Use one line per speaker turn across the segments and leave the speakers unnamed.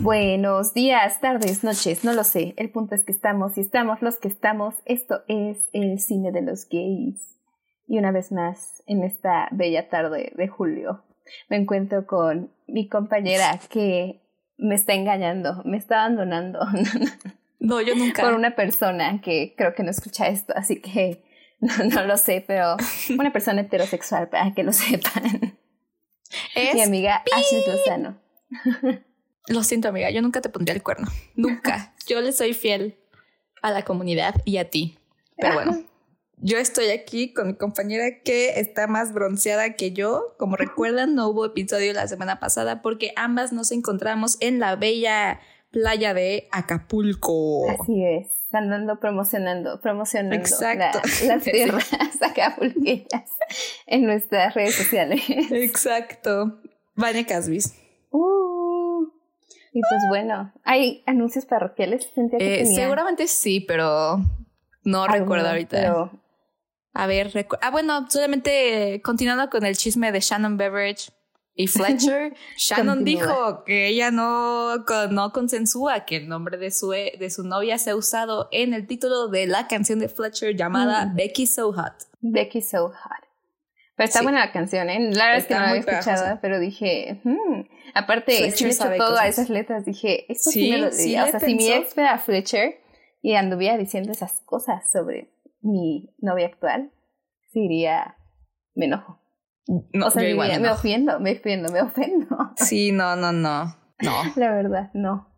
Buenos días, tardes, noches, no lo sé. El punto es que estamos y estamos los que estamos. Esto es el cine de los gays. Y una vez más, en esta bella tarde de julio, me encuentro con mi compañera que me está engañando, me está abandonando.
No, yo nunca.
Por una persona que creo que no escucha esto, así que no, no lo sé, pero una persona heterosexual para que lo sepan.
Es
mi amiga Ashley Lozano.
Lo siento, amiga, yo nunca te pondría el cuerno. Nunca. Yo le soy fiel a la comunidad y a ti. Pero bueno, yo estoy aquí con mi compañera que está más bronceada que yo. Como recuerdan, no hubo episodio la semana pasada porque ambas nos encontramos en la bella playa de Acapulco.
Así es, andando promocionando, promocionando
Exacto.
la- las tierras acapulqueñas en nuestras redes sociales.
Exacto. Vania Casbis.
Uh, y pues bueno, hay anuncios parroquiales. Sentía que
Eh,
tenía
seguramente sí, pero no
alguno,
recuerdo ahorita.
pero
A ver, recu- ah, bueno, solamente eh, continuando con el chisme de Shannon Beveridge y Fletcher, Shannon
Continúa.
dijo que ella no, con- no consensúa que el nombre de su, e- de su novia sea usado en el título de la canción de Fletcher llamada
Mm.
Becky So Hot.
Becky So Hot. Pero está
Sí.
buena la canción, ¿eh? La verdad es que
Está
no la
muy
había escuchado,
pegajosa.
pero dije, hmm. aparte, sí
Fletcher
le echó
sabe
todo a
cosas.
esas letras. Dije, esto sí,
Sí,
me lo
sí
diría. O
le
sea, si mi
pensó.
ex fuera Fletcher y anduviera diciendo esas cosas sobre mi novia actual, sí diría, me enojo.
No,
o sea,
yo
diría,
igual.
me
No.
ofiendo, me ofiendo, me ofendo.
Sí, no, no, no. No.
La verdad, no.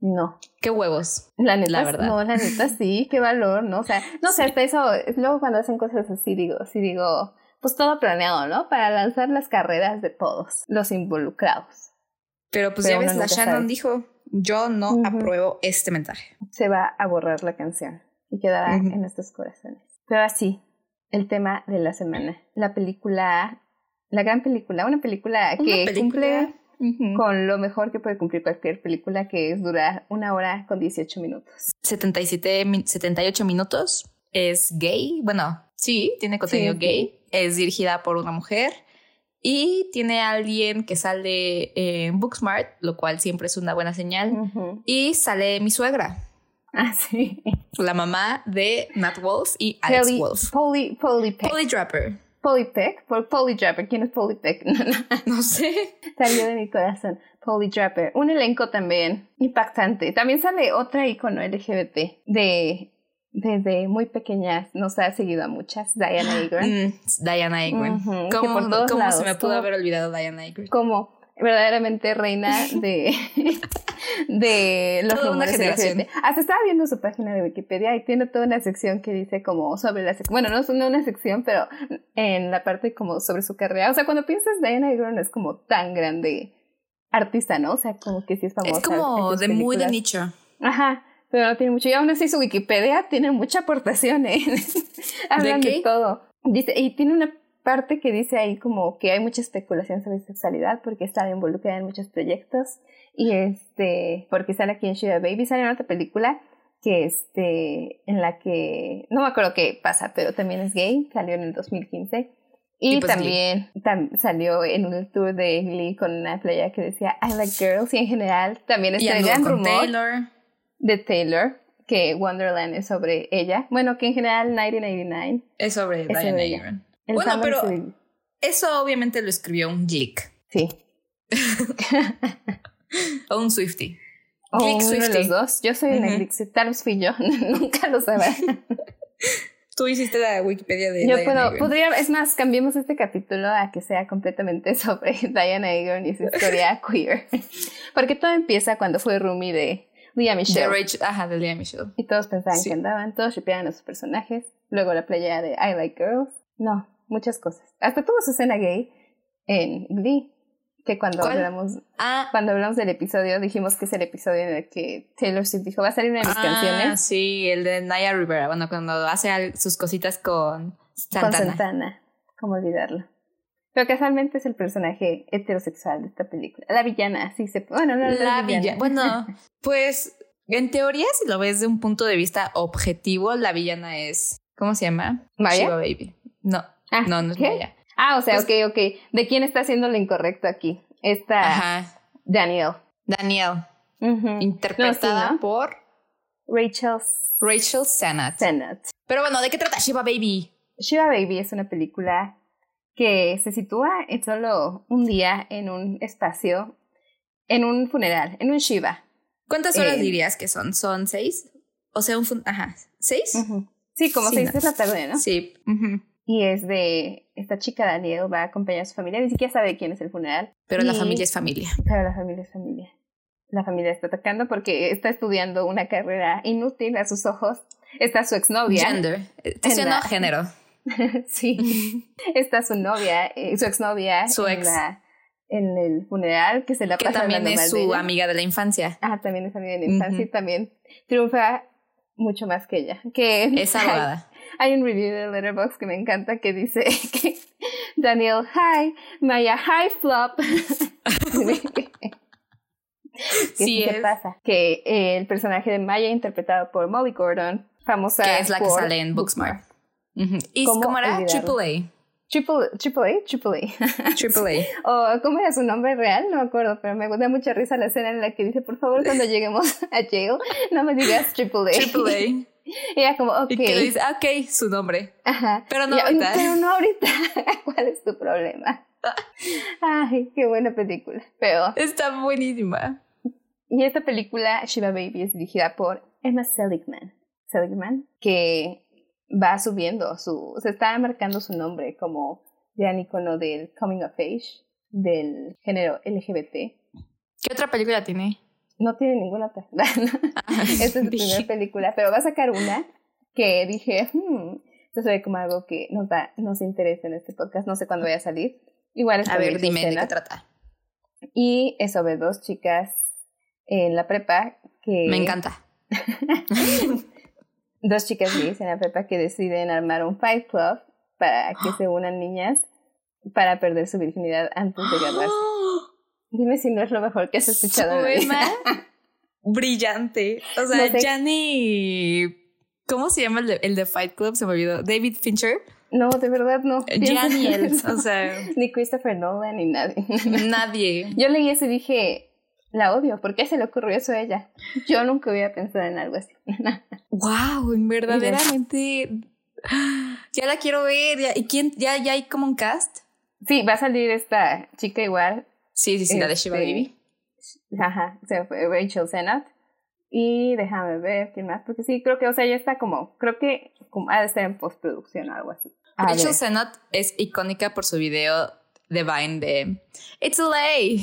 No.
Qué huevos.
La neta,
La verdad.
no, la neta sí, qué valor, ¿no? O sea, no sé, hasta eso, luego cuando hacen cosas así, digo, sí digo, pues todo planeado, ¿no? Para lanzar las carreras de todos los involucrados.
Pero pues
Pero
ya
uno
ves, la
nunca
Shannon
sabe.
dijo, yo no
Ujú.
apruebo este mensaje.
Se va a borrar la canción y quedará
Ujú.
en nuestros corazones. Pero así, el tema de la semana, la película, la gran película, una película
Una
que cumple
película, ujú,
con lo mejor que puede cumplir cualquier película, que es durar una hora con 18 minutos.
77, min- 78 minutos. Es gay. Bueno, sí, tiene contenido
Sí.
gay. Es dirigida por una mujer. Y tiene a alguien que sale en Booksmart, lo cual siempre es una buena señal.
Ujú.
Y sale mi suegra,
Ah, Así.
la mamá de Nat Wolf y Alex Wolf.
Polly, Polly Peck.
Polly Draper.
Polly Peck, por Polly Draper, ¿quién es Polly Peck?
No sé.
Salió de mi corazón. Polly Draper, un elenco también impactante. También sale otra icono LGBT de desde muy pequeñas nos ha seguido a muchas, Diana Agron.
Mm, Diana Agron.
Ujú, que
¿Cómo,
por todos
cómo
lados,
se me pudo
todo-
haber olvidado Diana Agron?
como verdaderamente reina de, de los
Toda una
rumores
generación.
LGBT. Hasta estaba viendo su página de Wikipedia y tiene toda una sección que dice como sobre la sección, bueno, no es no una sección, pero en la parte como sobre su carrera. O sea, cuando piensas Diana Agron no es como tan grande artista, ¿no? O sea, como que sí es famosa.
Es como
en sus
de muy de
películas.
nicho.
Ajá, pero no tiene mucho. Y aún así su Wikipedia tiene mucha aportación, ¿eh? Hablan de,
qué?
todo. Dice, y tiene una parte que dice ahí como que hay mucha especulación sobre sexualidad porque está involucrada en muchos proyectos y este, porque sale aquí en She Baby, sale en otra película que este, en la que, no me acuerdo qué pasa, pero también es gay, salió en el 2015. Y,
Y pues
también tam- salió en un tour de Glee con una playa que decía I like girls y en general también es
Y
el
anduvo
gran
con
rumor
Taylor.
de Taylor, que Wonderland es sobre ella. Bueno, que en general 1999.
Es sobre
sobre
Diana
ella.
Agron.
El
Bueno,
Summer
pero-
Series-
Eso obviamente lo escribió un Glick
Sí.
o un Swifty.
O
Glick
Oh, uno de
Swiftie.
los dos. Yo soy una
Ujú.
Glick Swiftie, Tal vez fui yo. Nunca lo sabrá.
Tú hiciste la Wikipedia de
yo
Diana
puedo,
Agron.
podría... Es más, cambiemos este capítulo a que sea completamente sobre Diana Agron y su historia queer. Porque todo empieza cuando fue roomie de Leah
De
Michelle.
Rachel, ajá, de Lea Michelle.
Y todos pensaban
Sí.
que andaban, todos shipeaban a sus personajes. Luego la playa de I Like Girls. No, muchas cosas. Hasta tuvo su escena gay en Glee. Que cuando
¿Cuál?
hablamos,
Ah,
cuando hablamos del episodio, dijimos que es el episodio en el que Taylor Swift dijo, va a salir una de mis
ah,
canciones
sí, el de Naya Rivera. Bueno, cuando hace al- sus cositas con Santana.
con Santana. ¿Cómo olvidarlo? Pero casualmente es el personaje heterosexual de esta película. La villana, así se... Bueno, no, no es
La villana. Bueno, pues en teoría, si lo ves de un punto de vista objetivo, la villana es. ¿Cómo se llama?
¿Maya?
Shiva Baby. No,
Ah,
no, no es
¿qué?
Maya.
Ah, o sea,
Pues-
ok, ok. ¿De quién está haciendo lo incorrecto aquí? Esta
Ajá.
Danielle.
Daniel.
Ujú.
interpretada
No, sí, ¿no?
por
Rachel
Rachel Sennett.
Sennett.
Pero bueno, ¿de qué trata Shiva Baby?
Shiva Baby es una película que se sitúa en solo un día en un espacio, en un funeral, en un Shiva.
¿Cuántas horas
Eh,
dirías que son? ¿Son seis? O sea, un fun- ajá, ¿seis?
Ujú. Sí, como
Sí,
se
no.
dice en la tarde, ¿no?
Sí. ujú.
Y es de esta chica Daniel va a acompañar a su familia, ni siquiera sabe quién es el funeral,
Pero la
Y-
familia es familia.
pero la familia es familia. La familia está atacando porque está estudiando una carrera inútil a sus ojos. Está su exnovia.
Gender. Eh, ¿Te suena
la-
género?
sí. está su novia, eh, su exnovia
Su
en,
ex.
la- en el funeral que se la
que
pasa
también
hablando
es
mal
su
de ella.
amiga de la infancia.
Ah, también es amiga de la infancia y
Ujú.
también triunfa mucho más que ella. Que
Es abogada.
Hay, hay un review de Letterboxd que me encanta que dice que Daniel, hi, Maya, hi, flop. que
Sí,
¿Qué
es.
pasa? Que eh, el personaje de Maya, interpretado por Molly Gordon, famosa
Que es la que
por
sale en Booksmart. Ujú. ¿Y
¿Cómo
cómo era?
olvidarlo?
Triple
Triple, triple A, triple E. A.
A. Triple
o cómo era su nombre real, no me acuerdo, pero me da mucha risa la escena en la que dice, por favor, cuando lleguemos a jail, no me digas triple
A.
A.
Triple A.
Y era como, ok,
Y que le dice, ah, ok, su nombre.
ajá.
Pero no
Y yo,
ahorita.
Pero no ahorita, ¿cuál es tu problema? Ay, qué buena película. Pero,
Está buenísima.
y esta película, Shiva Baby, es dirigida por Emma Seligman. Seligman, que va subiendo su, se está marcando su nombre como gran icono del coming of age, del género LGBT.
¿Qué otra película tiene?
No tiene ninguna otra. Esta es su
Dije,
primera película, pero va a sacar una que dije, hmm, esto se ve como algo que nos da, nos interesa en este podcast, no sé cuándo vaya a salir. Igual es
A
con
ver,
Rachel
dime de qué
Sennett.
trata.
Y es sobre dos chicas en la prepa que...
Me encanta.
Dos chicas gays en la prepa que deciden armar un fight club para que se unan niñas para perder su virginidad antes de graduarse.
¡Ah!
Dime si no es lo mejor que has escuchado. en la vida.
Suena brillante. O sea,
No sé.
Gianni. ¿Cómo se llama el de, el de Fight Club? Se me olvidó. David Fincher.
No, de verdad no.
Gianni, él.
Piensa-
O sea,
Ni Christopher Nolan ni nadie.
nadie.
Yo leí eso y dije, la odio, ¿por qué se le ocurrió eso a ella? Yo nunca hubiera pensado en algo así.
Wow, verdaderamente. Ya la quiero ver. ya- ¿Y quién? ¿Ya, ya hay como un cast?
sí, va a salir esta chica igual,
Sí, sí, sí, la de Shiva
Este,
Baby.
ajá, se fue Rachel Sennett. Y déjame ver quién más, porque sí, creo que, o sea, ya está como, creo que como, ha de estar en postproducción o algo así. A
Rachel
ver.
Sennett es icónica por su video de Vine de It's LA.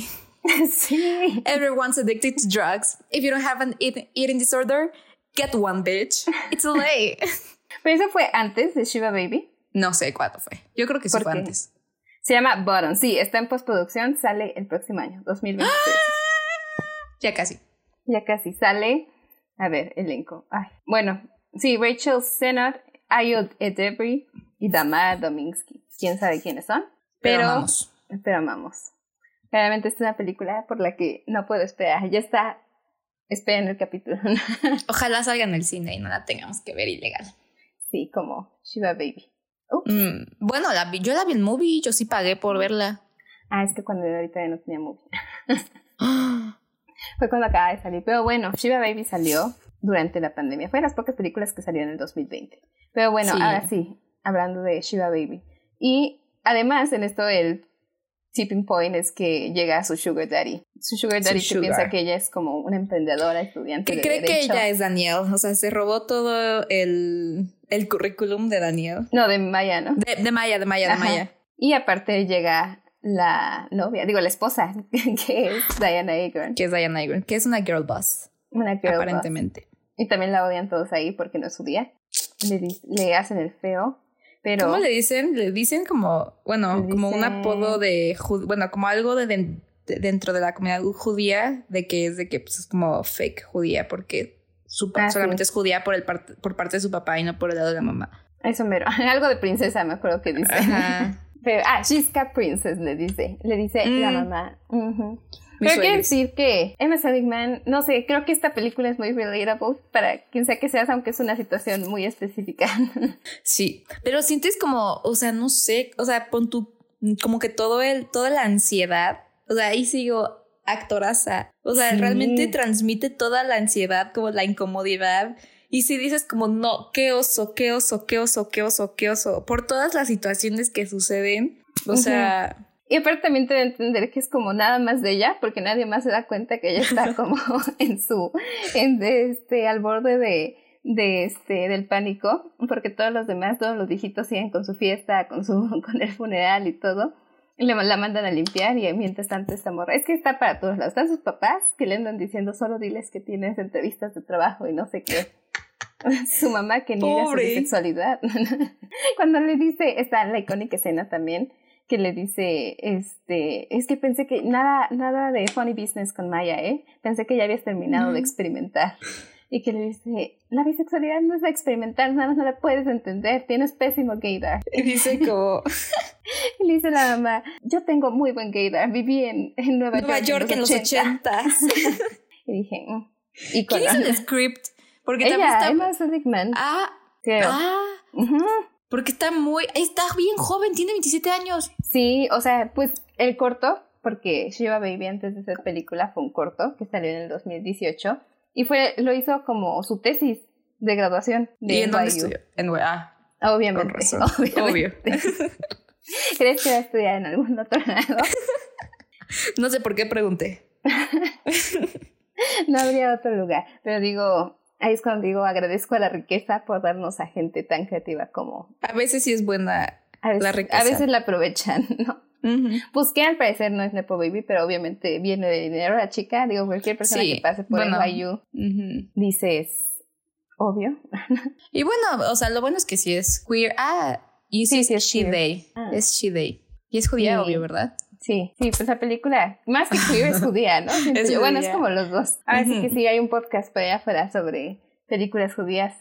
sí.
Everyone's addicted to drugs. If you don't have an eat- eating disorder, get one, bitch. It's LA.
Pero eso fue antes de Shiva Baby.
No sé cuándo fue. Yo creo que sí
¿Por
fue
qué?
antes.
Se llama Bottom. Sí, está en postproducción, sale el próximo año, 2023.
Ya casi.
Ya casi sale. A ver, elenco. Ay. Bueno, sí, Rachel Sennett, Ayo Edebri y Damar Dominsky. ¿Quién sabe quiénes son?
Pero,
Pero-
vamos.
pero amamos. Claramente esta es una película por la que no puedo esperar. Ya está. Esperen el capítulo.
Ojalá salga en el cine y no la tengamos que ver ilegal.
sí, como Shiva Baby.
Mm, bueno, la vi- yo la vi en movie. Yo sí pagué por verla.
Ah, es que cuando era ahorita ya no tenía movie.
¡Ah!
Fue cuando acaba de salir. Pero bueno, Shiva Baby salió durante la pandemia. Fue de las pocas películas que salieron en el 2020. Pero bueno,
Sí.
ahora sí, hablando de Shiva Baby. Y además en esto el tipping point es que llega su sugar daddy. Su sugar
Su
daddy que
sugar.
piensa que ella es como una emprendedora, estudiante
Que
de
cree que
derecho.
ella es Daniel. O sea, se robó todo el, el currículum de Daniel.
No, de Maya, ¿no?
De, de Maya, de Maya, de
Ajá.
Maya.
Y aparte llega la novia, digo la esposa, que es Diana Agron,
Que es Diane Agron. Que es una girl boss.
una girl boss.
aparentemente.
Y también la odian todos ahí porque no es su día. Le, di- le hacen el feo, pero
¿Cómo le dicen? Le dicen como, bueno,
Le
como un
dicen-
apodo de, ju- bueno, como algo de, den- de- dentro de la comunidad judía, de que es de que pues, es como fake judía, porque su pa-
Ah, sí.
solamente es judía por, el parte- por parte de su papá y no por el lado de la mamá.
eso mero. Algo de princesa me acuerdo que dice.
Ajá.
Pero, ah, she's a princess, le dice. Le dice la
Mm.
mamá. Ujú.
Mis
Pero quiero
suegros.
decir que Emma Seligman, no sé, creo que esta película es muy relatable para quien sea que seas, aunque es una situación muy específica.
Sí, pero sientes como, o sea, no sé, o sea, pon mm, tu, como que todo el, toda la ansiedad, o sea, ahí sigo actoraza, O sea,
Sí.
realmente transmite toda la ansiedad, como la incomodidad. Y si dices como, no, qué oso, qué oso, qué oso, qué oso, qué oso, por todas las situaciones que suceden, o
Ujú.
sea,
Y aparte también te da a entender que es como nada más de ella, porque nadie más se da cuenta que ella está como en su, en de este, al borde de, de este, del pánico, porque todos los demás, todos los viejitos siguen con su fiesta, con su, con el funeral y todo. Y le- la mandan a limpiar y mientras tanto esta morra. Es que está para todos lados. Están sus papás que le andan diciendo solo diles que tienes entrevistas de trabajo y no sé qué. Su mamá que niega
Pobre.
su bisexualidad. Cuando le dice, está la icónica escena también, que le dice, este, es que pensé que nada, nada de funny business con Maya, ¿eh? Pensé que ya habías terminado de
Mm.
experimentar. Y que le dice, la bisexualidad no es de experimentar, nada más no la puedes entender, tienes pésimo gaydar.
dice como
Y le dice la mamá, yo tengo muy buen gaydar, viví en, en Nueva,
Nueva York en los ochentas.
Y dije, mm, y con
¿Quién hizo el script? Porque también
ella,
está...
Emma Seligman,
Ah,
creo.
ah,
Ujú.
porque está muy... Está bien joven, tiene 27 años.
Sí, o sea, pues el corto, porque Shiva Baby antes de ser película fue un corto que salió en el 2018 y fue lo hizo como su tesis de graduación de
¿Y en dónde
NYU.
estudió? En... Ah,
Obviamente,
con razón.
obviamente.
Obvio.
¿Crees que va a estudiar en algún otro lado?
No sé por qué pregunté.
No habría otro lugar, pero digo, ahí es cuando digo agradezco a la riqueza por darnos a gente tan creativa como
A veces sí es buena.
a veces
La
la,
riqueza.
A veces la aprovechan, ¿no?
Ujú.
Pues que al parecer no es Nepo Baby, pero obviamente viene de dinero la chica. Digo, cualquier persona
Sí,
que pase por
bueno.
NYU
Ujú.
dices, obvio.
Y bueno, o sea, lo bueno es que sí es queer. Ah, y
Sí,
sí,
sí
es
es
she
queer.
they.
Ah.
Es she they. Y es judía,
Sí.
obvio, ¿verdad?
Sí, sí, pues la película, más que queer es judía, ¿no? Siento
Es
yo. Bueno, es
judía.
como los dos. Así
Ujú.
que sí, hay un podcast por allá afuera sobre películas judías.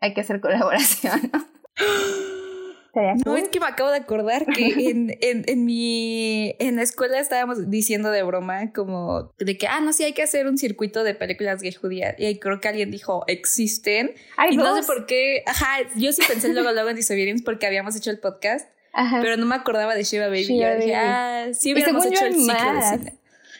Hay que hacer colaboración, ¿no? Estaría
No,
cool.
es que me acabo de acordar que en, en, en mi en la escuela estábamos diciendo de broma como de que, ah, no, sí, hay que hacer un circuito de películas gay judías. Y ahí creo que alguien dijo, existen.
Hay
Y no sé
dos.
por qué, ajá, yo sí pensé luego, luego en Disobedience porque habíamos hecho el podcast,
Ajá.
pero no me acordaba de Shiva Baby.
Ah. Shiva
yo dije,
Baby.
ah, sí
Y
hubiéramos
según yo
hecho
hay
el ciclo de
más.
cine.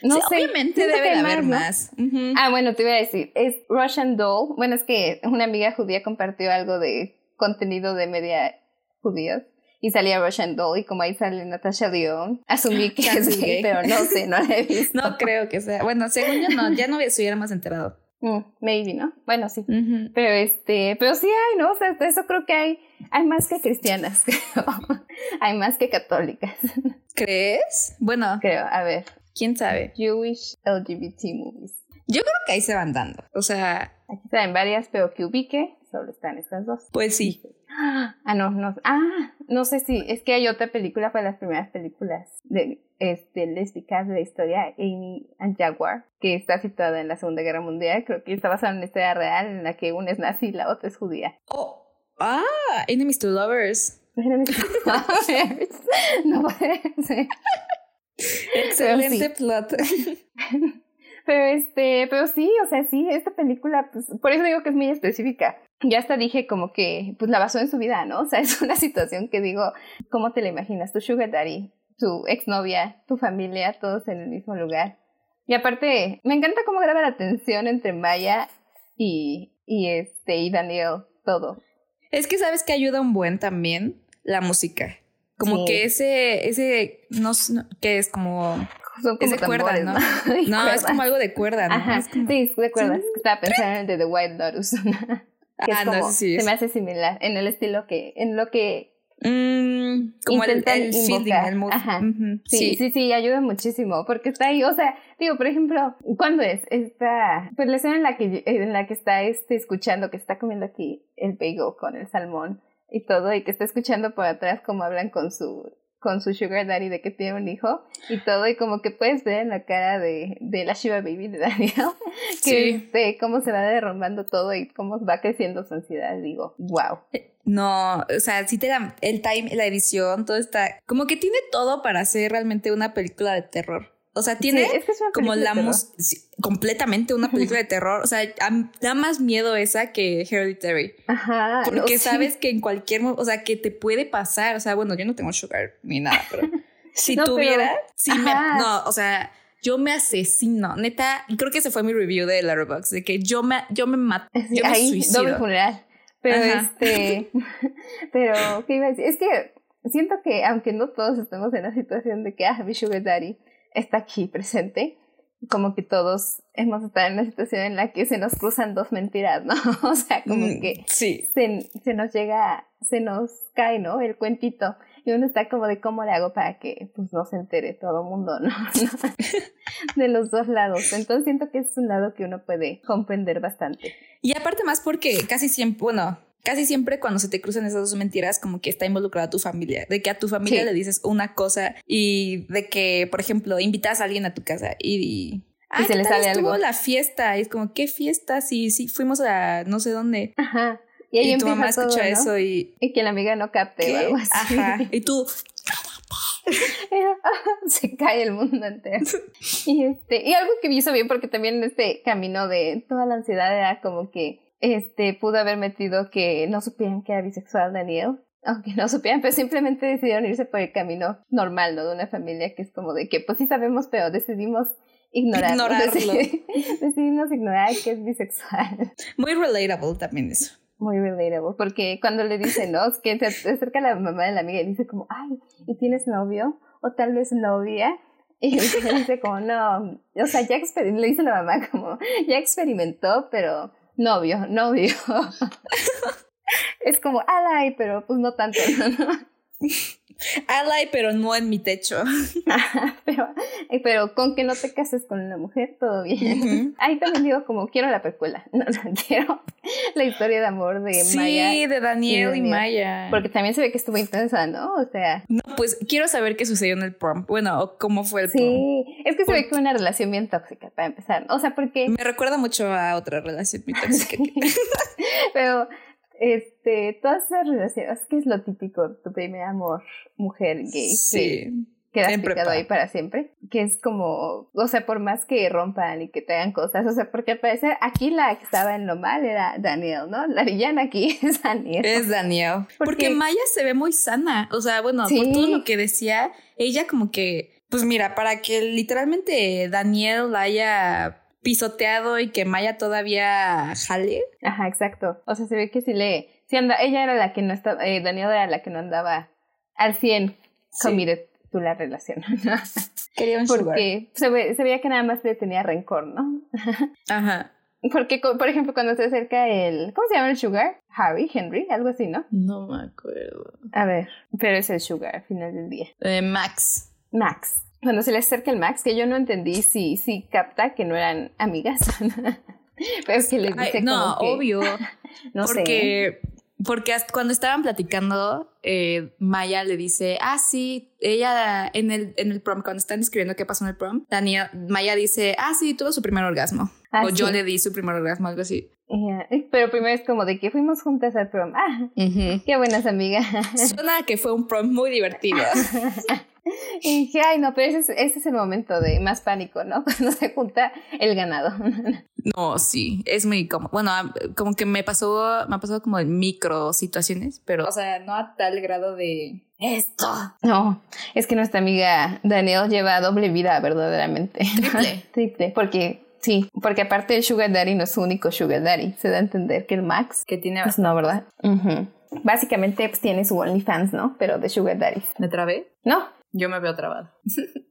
no
Sí,
sé,
obviamente
siento
debe
que
de
hay
haber
¿no?
más. Ujú.
Ah, bueno, te iba a decir, es Russian Doll. Bueno, es que una amiga judía compartió algo de contenido de media judíos y salía Russian Doll y como ahí sale Natasha Dion, asumí que
Chance
es
es
gay,
gay.
pero no sé, no la he visto.
No creo que sea. Bueno, según yo no, ya no hubiese- hubiéramos enterado.
Mm, maybe, ¿no? Bueno, sí.
Ujú.
Pero este, pero sí hay, ¿no? O sea, hasta eso creo que hay, hay más que cristianas, creo. hay más que católicas,
¿Crees? Bueno,
creo. A ver,
quién sabe.
Jewish LGBT movies.
Creo que ahí se van dando. O sea,
Aquí están varias, pero que ubique, solo están estas dos.
pues sí.
Ah, no, no. Ah, no sé si. Es que hay otra película, fue de las primeras películas de este, lésbicas de la historia, Amy and Jaguar, que está situada en la Segunda Guerra Mundial. Creo que está basada en una historia real en la que una es nazi y la otra es judía.
Oh, ah, Enemies to Lovers.
Pues
Ah,
no puede ser.
Excelente plot.
Pero este, pero sí, o sea, sí, esta película, pues, por eso digo que es muy específica. Ya hasta dije como que, pues la basó en su vida, ¿no? O sea, es una situación que digo, ¿cómo te la imaginas? Tu sugar daddy, tu exnovia, tu familia, todos en el mismo lugar. Y aparte, me encanta cómo graba la tensión entre Maya y, y este, y Daniel, todo.
Es que sabes que ayuda un buen también la música. Como
Sí.
que ese, ese, no, s- no- que es como,
Son como
Es de cuerda,
tambores,
¿no?
Y
no, es
cuerdas.
como algo de cuerda, ¿no?
Ajá,
Es como-
sí, de acuerdo.
Sí.
Es que Estaba pensando en el de The Wild Lotus. que es
Ah, no,
como,
ese sí
se
es.
me hace similar en el estilo que, en lo que
Mm, como el,
Intentan
el feeling,
invocar.
el mood.
Ajá.
Ujú,
Sí, sí, sí, ayuda muchísimo, porque está ahí, o sea, digo, por ejemplo, ¿cuándo es? Esta, pues la escena en la que, en la que está este, escuchando, que está comiendo aquí el bagel con el salmón y todo, y que está escuchando por atrás cómo hablan con su, con su sugar daddy de que tiene un hijo y todo, y como que puedes ver en la cara de, de la Shiva Baby de Daniel, que
Sí.
este, cómo se va derrumbando todo y cómo va creciendo su ansiedad, digo, wow.
No, o sea, sí te da el time, la edición, todo está. Como que tiene todo para ser realmente una película de terror. O sea, tiene
Sí, es que es una
como
película
la
de terror.
música. Completamente una película de terror. O sea, am- da más miedo esa que Hereditary.
Ajá, Ah, no,
Porque
sí.
sabes que en cualquier. mo- O sea, que te puede pasar. O sea, bueno, yo no tengo sugar ni nada, pero. Si
No, pero-
tuviera. sí me-
Ajá.
no, o sea, yo me asesino. Neta, creo que ese fue mi review de Letterboxd, de que yo me, yo me mato, yo me
Ahí,
suicido.
doble funeral. Pero
Ajá.
este, pero, ¿qué iba a decir? Es que siento que, aunque no todos estemos en la situación de que, ah, mi sugar daddy está aquí presente, como que todos hemos estado en la situación en la que se nos cruzan dos mentiras, ¿no? O sea, como
Mm,
que
Sí.
se, se nos llega, se nos cae, ¿no? El cuentito. Y uno está como de cómo le hago para que pues no se entere todo el mundo, ¿no? De los dos lados. Entonces siento que es un lado que uno puede comprender bastante.
Y aparte más porque casi siempre, bueno, casi siempre cuando se te cruzan esas dos mentiras, como que está involucrada tu familia, de que a tu familia
Sí.
le dices una cosa y de que, por ejemplo, invitas a alguien a tu casa y... y "Ay,
se
¿qué
le
tal
sale
estuvo
algo".
la fiesta, y es como, ¿qué fiesta? Sí, sí, fuimos a no sé dónde.
Ajá. Y
Y,
ahí
tu
empieza
mamá
todo,
escucha
¿no?
eso y...
Y que la amiga no capte
"¿Qué?".
o algo así.
Ajá. Y tú,
Pero, se cae el mundo entero. Y, este, y algo que me hizo bien, porque también en este camino de toda la ansiedad era como que este, pudo haber metido que no supieran que era bisexual Daniel, aunque no supieran, pero simplemente decidieron irse por el camino normal, ¿no? De una familia que es como de que, pues sí sabemos, pero decidimos ignorarlo.
Ignorarlo.
Decidi- decidimos ignorar que es bisexual.
muy relatable también eso.
Muy relatable, porque cuando le dicen, ¿no? Es Que se acerca la mamá de la amiga y dice como, ay, ¿y tienes novio? O tal vez novia. Y ella dice como, no, o sea, ya exper- le dice la mamá como, ya experimentó, pero novio, novio. es como, ay, pero pues no tanto, ¿no?
Ally, pero no en mi techo.
pero, pero con que no te cases con una mujer, todo bien.
Ujú.
Ahí también digo como, quiero la precuela, no, no, quiero la historia de amor de
sí,
Maya
de Daniel y,
Daniel.
Maya.
Porque también se ve que estuvo intensa, ¿no? O sea,
No, pues quiero saber qué sucedió en el prom. Bueno, o cómo fue el prom.
sí, es que se
Por- Mm.
ve que fue una relación bien tóxica para empezar. O sea, porque,
Me recuerda mucho a otra relación muy tóxica. que-
pero, este, todas esas relaciones, es que es lo típico, tu primer amor, mujer gay, que
sí.
quedas
en prepa.
picado ahí para siempre, que es como, o sea, por más que rompan y que te hagan cosas, o sea, porque al parecer aquí la que estaba en lo mal era Daniel, ¿no? La villana aquí es Daniel.
Es Daniel.
¿Por
Porque
qué?
Maya se ve muy sana. O sea, bueno,
Sí.
por todo lo que decía, ella como que, pues mira, para que literalmente Daniel la haya pisoteado y que Maya todavía jale.
Ajá, exacto. O sea, se ve que sí le. Sí anda, ella era la que no estaba. Eh, Daniela era la que no andaba al 100
Sí.
committed tú la relación. ¿no?
Quería un sugar.
Porque se, ve- se veía que nada más le tenía rencor, ¿no?
Ajá.
Porque, co- por ejemplo, cuando se acerca el. ¿Cómo se llama el Sugar? Harry, Henry, algo así, ¿no?
No me acuerdo.
A ver. Pero es el Sugar al final del día.
Eh, Max.
Max. Cuando se le acerca el Max, que yo no entendí si, si capta que no eran amigas. Pero es que le
Ay,
dice
no,
como que,
obvio.
No sé.
porque, porque hasta cuando estaban platicando, eh, Maya le dice, ah, sí, ella en el, en el prom, cuando están describiendo qué pasó en el prom, Daniel, Maya dice, ah, sí, tuvo su primer orgasmo.
Ah,
o yo
sí.
le di su primer orgasmo, algo así.
Ya, Pero primero es como de que fuimos juntas al prom. Ah, qué buenas amigas.
Suena a que fue un prom muy divertido.
Y dije, ay, no, pero ese es, ese es el momento de más pánico, ¿no? Cuando se junta el ganado.
no, sí, es muy como, bueno, ah, como que me pasó, me ha pasado como en micro situaciones, pero... O sea, no a tal grado de... Esto.
No, es que nuestra amiga Daniel lleva doble vida, verdaderamente.
Triple.
Triple, porque sí, porque aparte el Sugar Daddy no es su único Sugar Daddy. Se da a entender que el Max,
Que tiene...
pues no, ¿verdad? Ujú. Básicamente, pues tiene su OnlyFans, ¿no? Pero de Sugar Daddy.
¿Me trabé?
No,
Yo me veo trabada.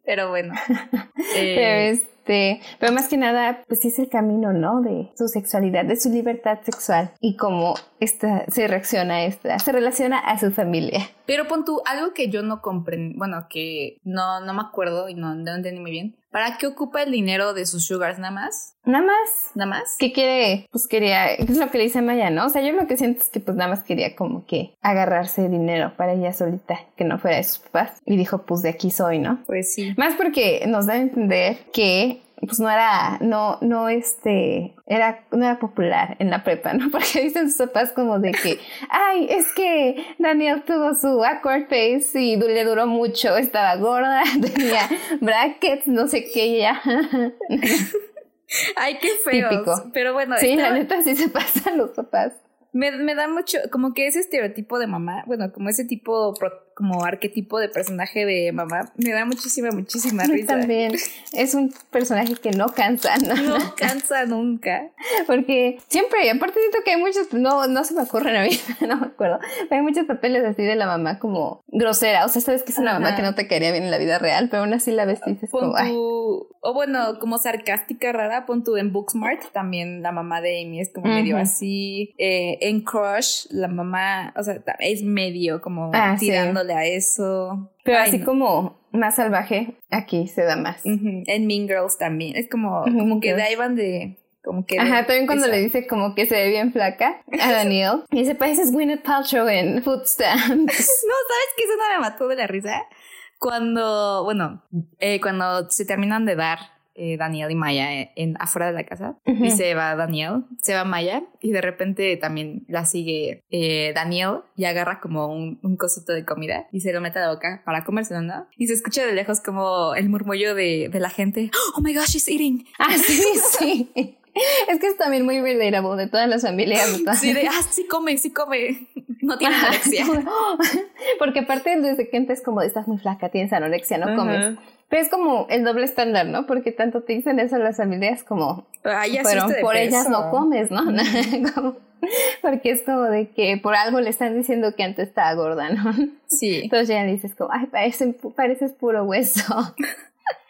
Pero bueno. Eh,
Pero este, pero más que nada, pues sí es el camino, ¿no? De su sexualidad, de su libertad sexual y cómo esta se reacciona a esta, se relaciona a su familia.
pero pon tú, algo que yo no comprendo, bueno, que no, no me acuerdo y no, no entendí muy bien. ¿Para qué ocupa el dinero de sus sugars nada más?
Nada más.
¿Nada más?
¿Qué quiere? Pues quería, es lo que le dice Maya, ¿no? O sea, yo lo que siento es que pues nada más quería como que agarrarse dinero para ella solita, que no fuera de sus papás. Y dijo, pues de aquí soy, ¿no?
Pues sí.
Más porque nos da a entender que pues no era, no, no este, era, no era popular en la prepa, ¿no? Porque dicen sus papás como de que, ay, es que Daniel tuvo su awkward face y du- le duró mucho, estaba gorda, tenía brackets, no sé qué, y ya.
Ay, qué feo.
Típico.
Pero bueno,
Sí,
esta-
la neta sí se pasan los papás.
me, me da mucho, como que ese estereotipo de mamá, bueno, como ese tipo pro- como arquetipo de personaje de mamá me da muchísima, muchísima risa.
También es un personaje que no cansa, ¿no?
No cansa nunca.
Porque siempre, aparte siento que hay muchos, no, no se me ocurren a mí, no me acuerdo, hay muchos papeles así de la mamá como grosera, o sea, sabes que es una
Ajá.
mamá que no te caería bien en la vida real, pero aún así la ves y dices
Pon
como, ay,
tu- o bueno, como sarcástica rara, pon tú en Booksmart, también la mamá de Amy es como medio
Ujú.
así. Eh, en Crush, la mamá, o sea, ta- es medio como
Ah, sí.
tirándole a eso.
pero
Ay,
así
no.
como más salvaje, aquí se da más.
Ujú, En Mean Girls también, es como,
Ujú,
como que
Girls.
de ahí van de... Como que de
Ajá, también cuando
esa-
le dice como que se ve bien flaca a Daniel. Y dice, pareces Gwyneth Paltrow en Footstamps.
No, ¿sabes qué escena me mató de la risa? Cuando, bueno, eh, cuando se terminan de dar eh, Daniel y Maya eh, en, afuera de la casa
Ujú.
y se va Daniel, se va Maya y de repente también la sigue eh, Daniel y agarra como un, un cosito de comida y se lo mete a la boca para comérselo, ¿no? Y se escucha de lejos como el murmullo de, de la gente, oh my gosh, she's eating.
Ah, sí, sí. Es que es también muy relatable de todas las familias. de todas-
Sí, de, ah, sí come, sí come, no tiene
Ajá,
anorexia.
es como de, "Oh". Porque aparte desde que entras como, estás muy flaca, tienes anorexia, no comes.
Ajá.
Pero es como el doble estándar, ¿no? Porque tanto te dicen eso las familias como,
Ah, ya
pero
subiste de
por ellas no
peso.
comes, ¿no? Como- porque es como de que por algo le están diciendo que antes estaba gorda, ¿no?
Sí.
Entonces ya dices como, ay, parecen- pareces puro hueso.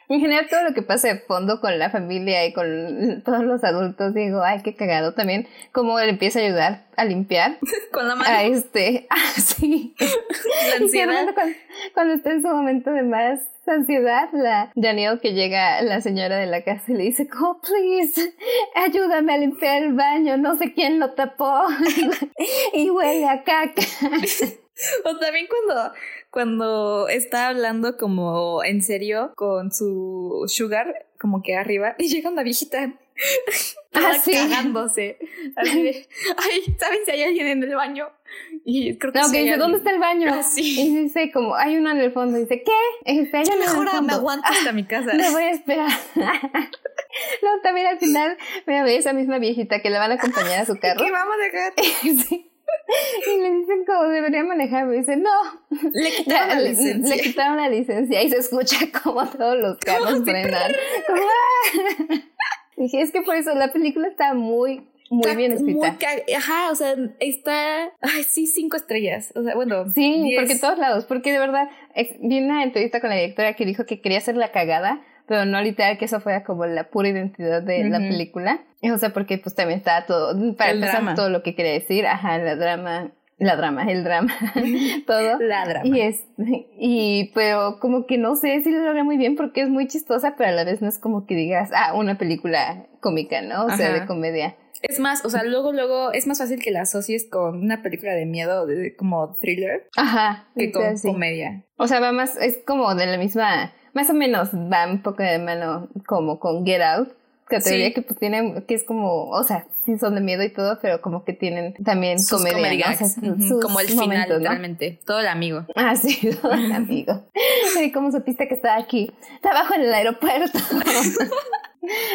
En general, todo lo que pasa de fondo con la familia y con todos los adultos, digo, ay, qué cagado también, cómo le empieza a ayudar a limpiar
Con la mano,
a este, así.
la
Pues, Y que de
ansiedad.
repente cuando, cuando está en su momento de más ansiedad, la Daniel que llega la señora de la casa y le dice, oh, please, ayúdame a limpiar el baño, no sé quién lo tapó y huele a caca.
O también cuando, cuando está hablando como en serio con su sugar, como que arriba, y llega una viejita. toda
Ah, sí.
cagándose. Así de, ay, ¿saben si hay alguien en el baño? Y creo que
No,
sí
que
hay
dice, ¿dónde
alguien".
está el baño?
Ah, sí.
Y dice como, hay uno en el fondo. Y dice, ¿qué? Este, hay uno en el
Mejor me
fondo.
aguanto hasta
Ah,
mi casa.
Me voy a esperar. no, también al final me ve esa misma viejita que la van a acompañar a su carro.
¿Qué vamos a dejar?
Sí. Y le dicen como debería manejar. Me dice, no,
Le
Ya,
quitaron la
le-
licencia.
Le quitaron la licencia y se escucha como todos los carros
Como si-
frenan. Como, ¡ah! Dije, es que por eso la película está muy, muy
Está
bien
muy
escrita.
ca- Ajá, o sea, está. Ay, sí, cinco estrellas. O sea, bueno.
Sí,
diez.
porque en todos lados, porque de verdad, es- vi una entrevista con la directora que dijo que quería hacer la cagada, pero no literal que eso fuera como la pura identidad de la
Ujú.
película. O sea, porque pues también estaba todo, para
El
empezar
drama.
todo lo que quería decir, ajá, la drama, la drama, el drama, todo.
La drama.
Y es, y pero como que no sé si lo logra muy bien porque es muy chistosa, pero a la vez no es como que digas, ah, una película cómica, ¿no? O sea,
Ajá.
de comedia.
Es más, o sea, luego, luego es más fácil que la asocies con una película de miedo, de- como thriller,
Ajá.
que con
entonces, sí.
comedia.
O sea, va más, es como de la misma, más o menos va un poco de mano como con Get Out, categoría
Sí.
que pues tiene, que es como, o sea, sí son de miedo y todo, pero como que tienen también
Sus
comedia,
comedy
¿no? O sea,
gags.
sus-
Ujú,
sus
como el final,
momentos, ¿no?
literalmente. Todo el amigo.
Ah, sí, hola, amigo. Ay, ¿Cómo supiste que estaba aquí? Trabajo en el aeropuerto.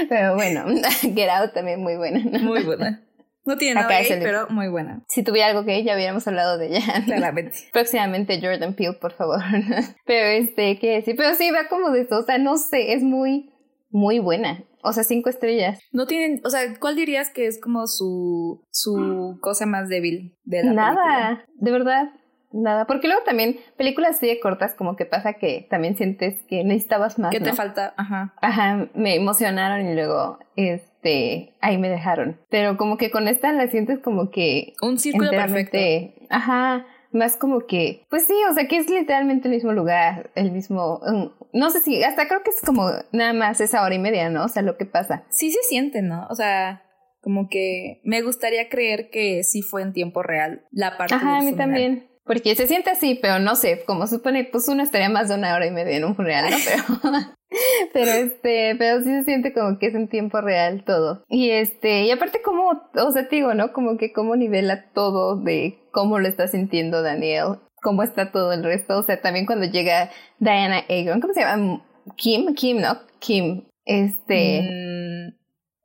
Pero bueno, Get Out también muy buena. ¿no?
Muy buena. No tiene nada
Acá es
gay,
el-
pero muy buena.
Si tuviera algo que ya hubiéramos hablado de ella.
Claramente.
Próximamente Jordan Peele, por favor. Pero este, ¿qué decir? Pero sí, va como de eso. O sea, no sé, es muy, muy buena. O sea, cinco estrellas.
No tienen, o sea, ¿cuál dirías que es como su, su cosa más débil de la película?
Nada, de verdad, nada. Porque luego también películas así de cortas como que pasa que también sientes que necesitabas más.
¿Qué te
¿no?
falta? Ajá.
Ajá, me emocionaron y luego, este, ahí me dejaron. Pero como que con esta la sientes como que
Un círculo perfecto.
enteramente, ajá, más como que, pues sí, o sea que es literalmente el mismo lugar, el mismo, mm, no sé si, hasta creo que es como nada más esa hora y media, ¿no? O sea, lo que pasa.
Sí se siente, ¿no? O sea, como que me gustaría creer que sí fue en tiempo real la parte del
Ajá, a mí
funeral.
también. Porque se siente así, pero no sé, como supone, pues uno estaría más de una hora y media en un real, ¿no? Pero, pero este, pero sí se siente como que es en tiempo real todo. Y este, y aparte como, o sea, te digo, ¿no? Como que cómo nivela todo de cómo lo está sintiendo Daniel, cómo está todo el resto. O sea, también cuando llega Diana Egan, ¿cómo se llama? Kim, Kim, ¿no? Kim. Este,
Mm,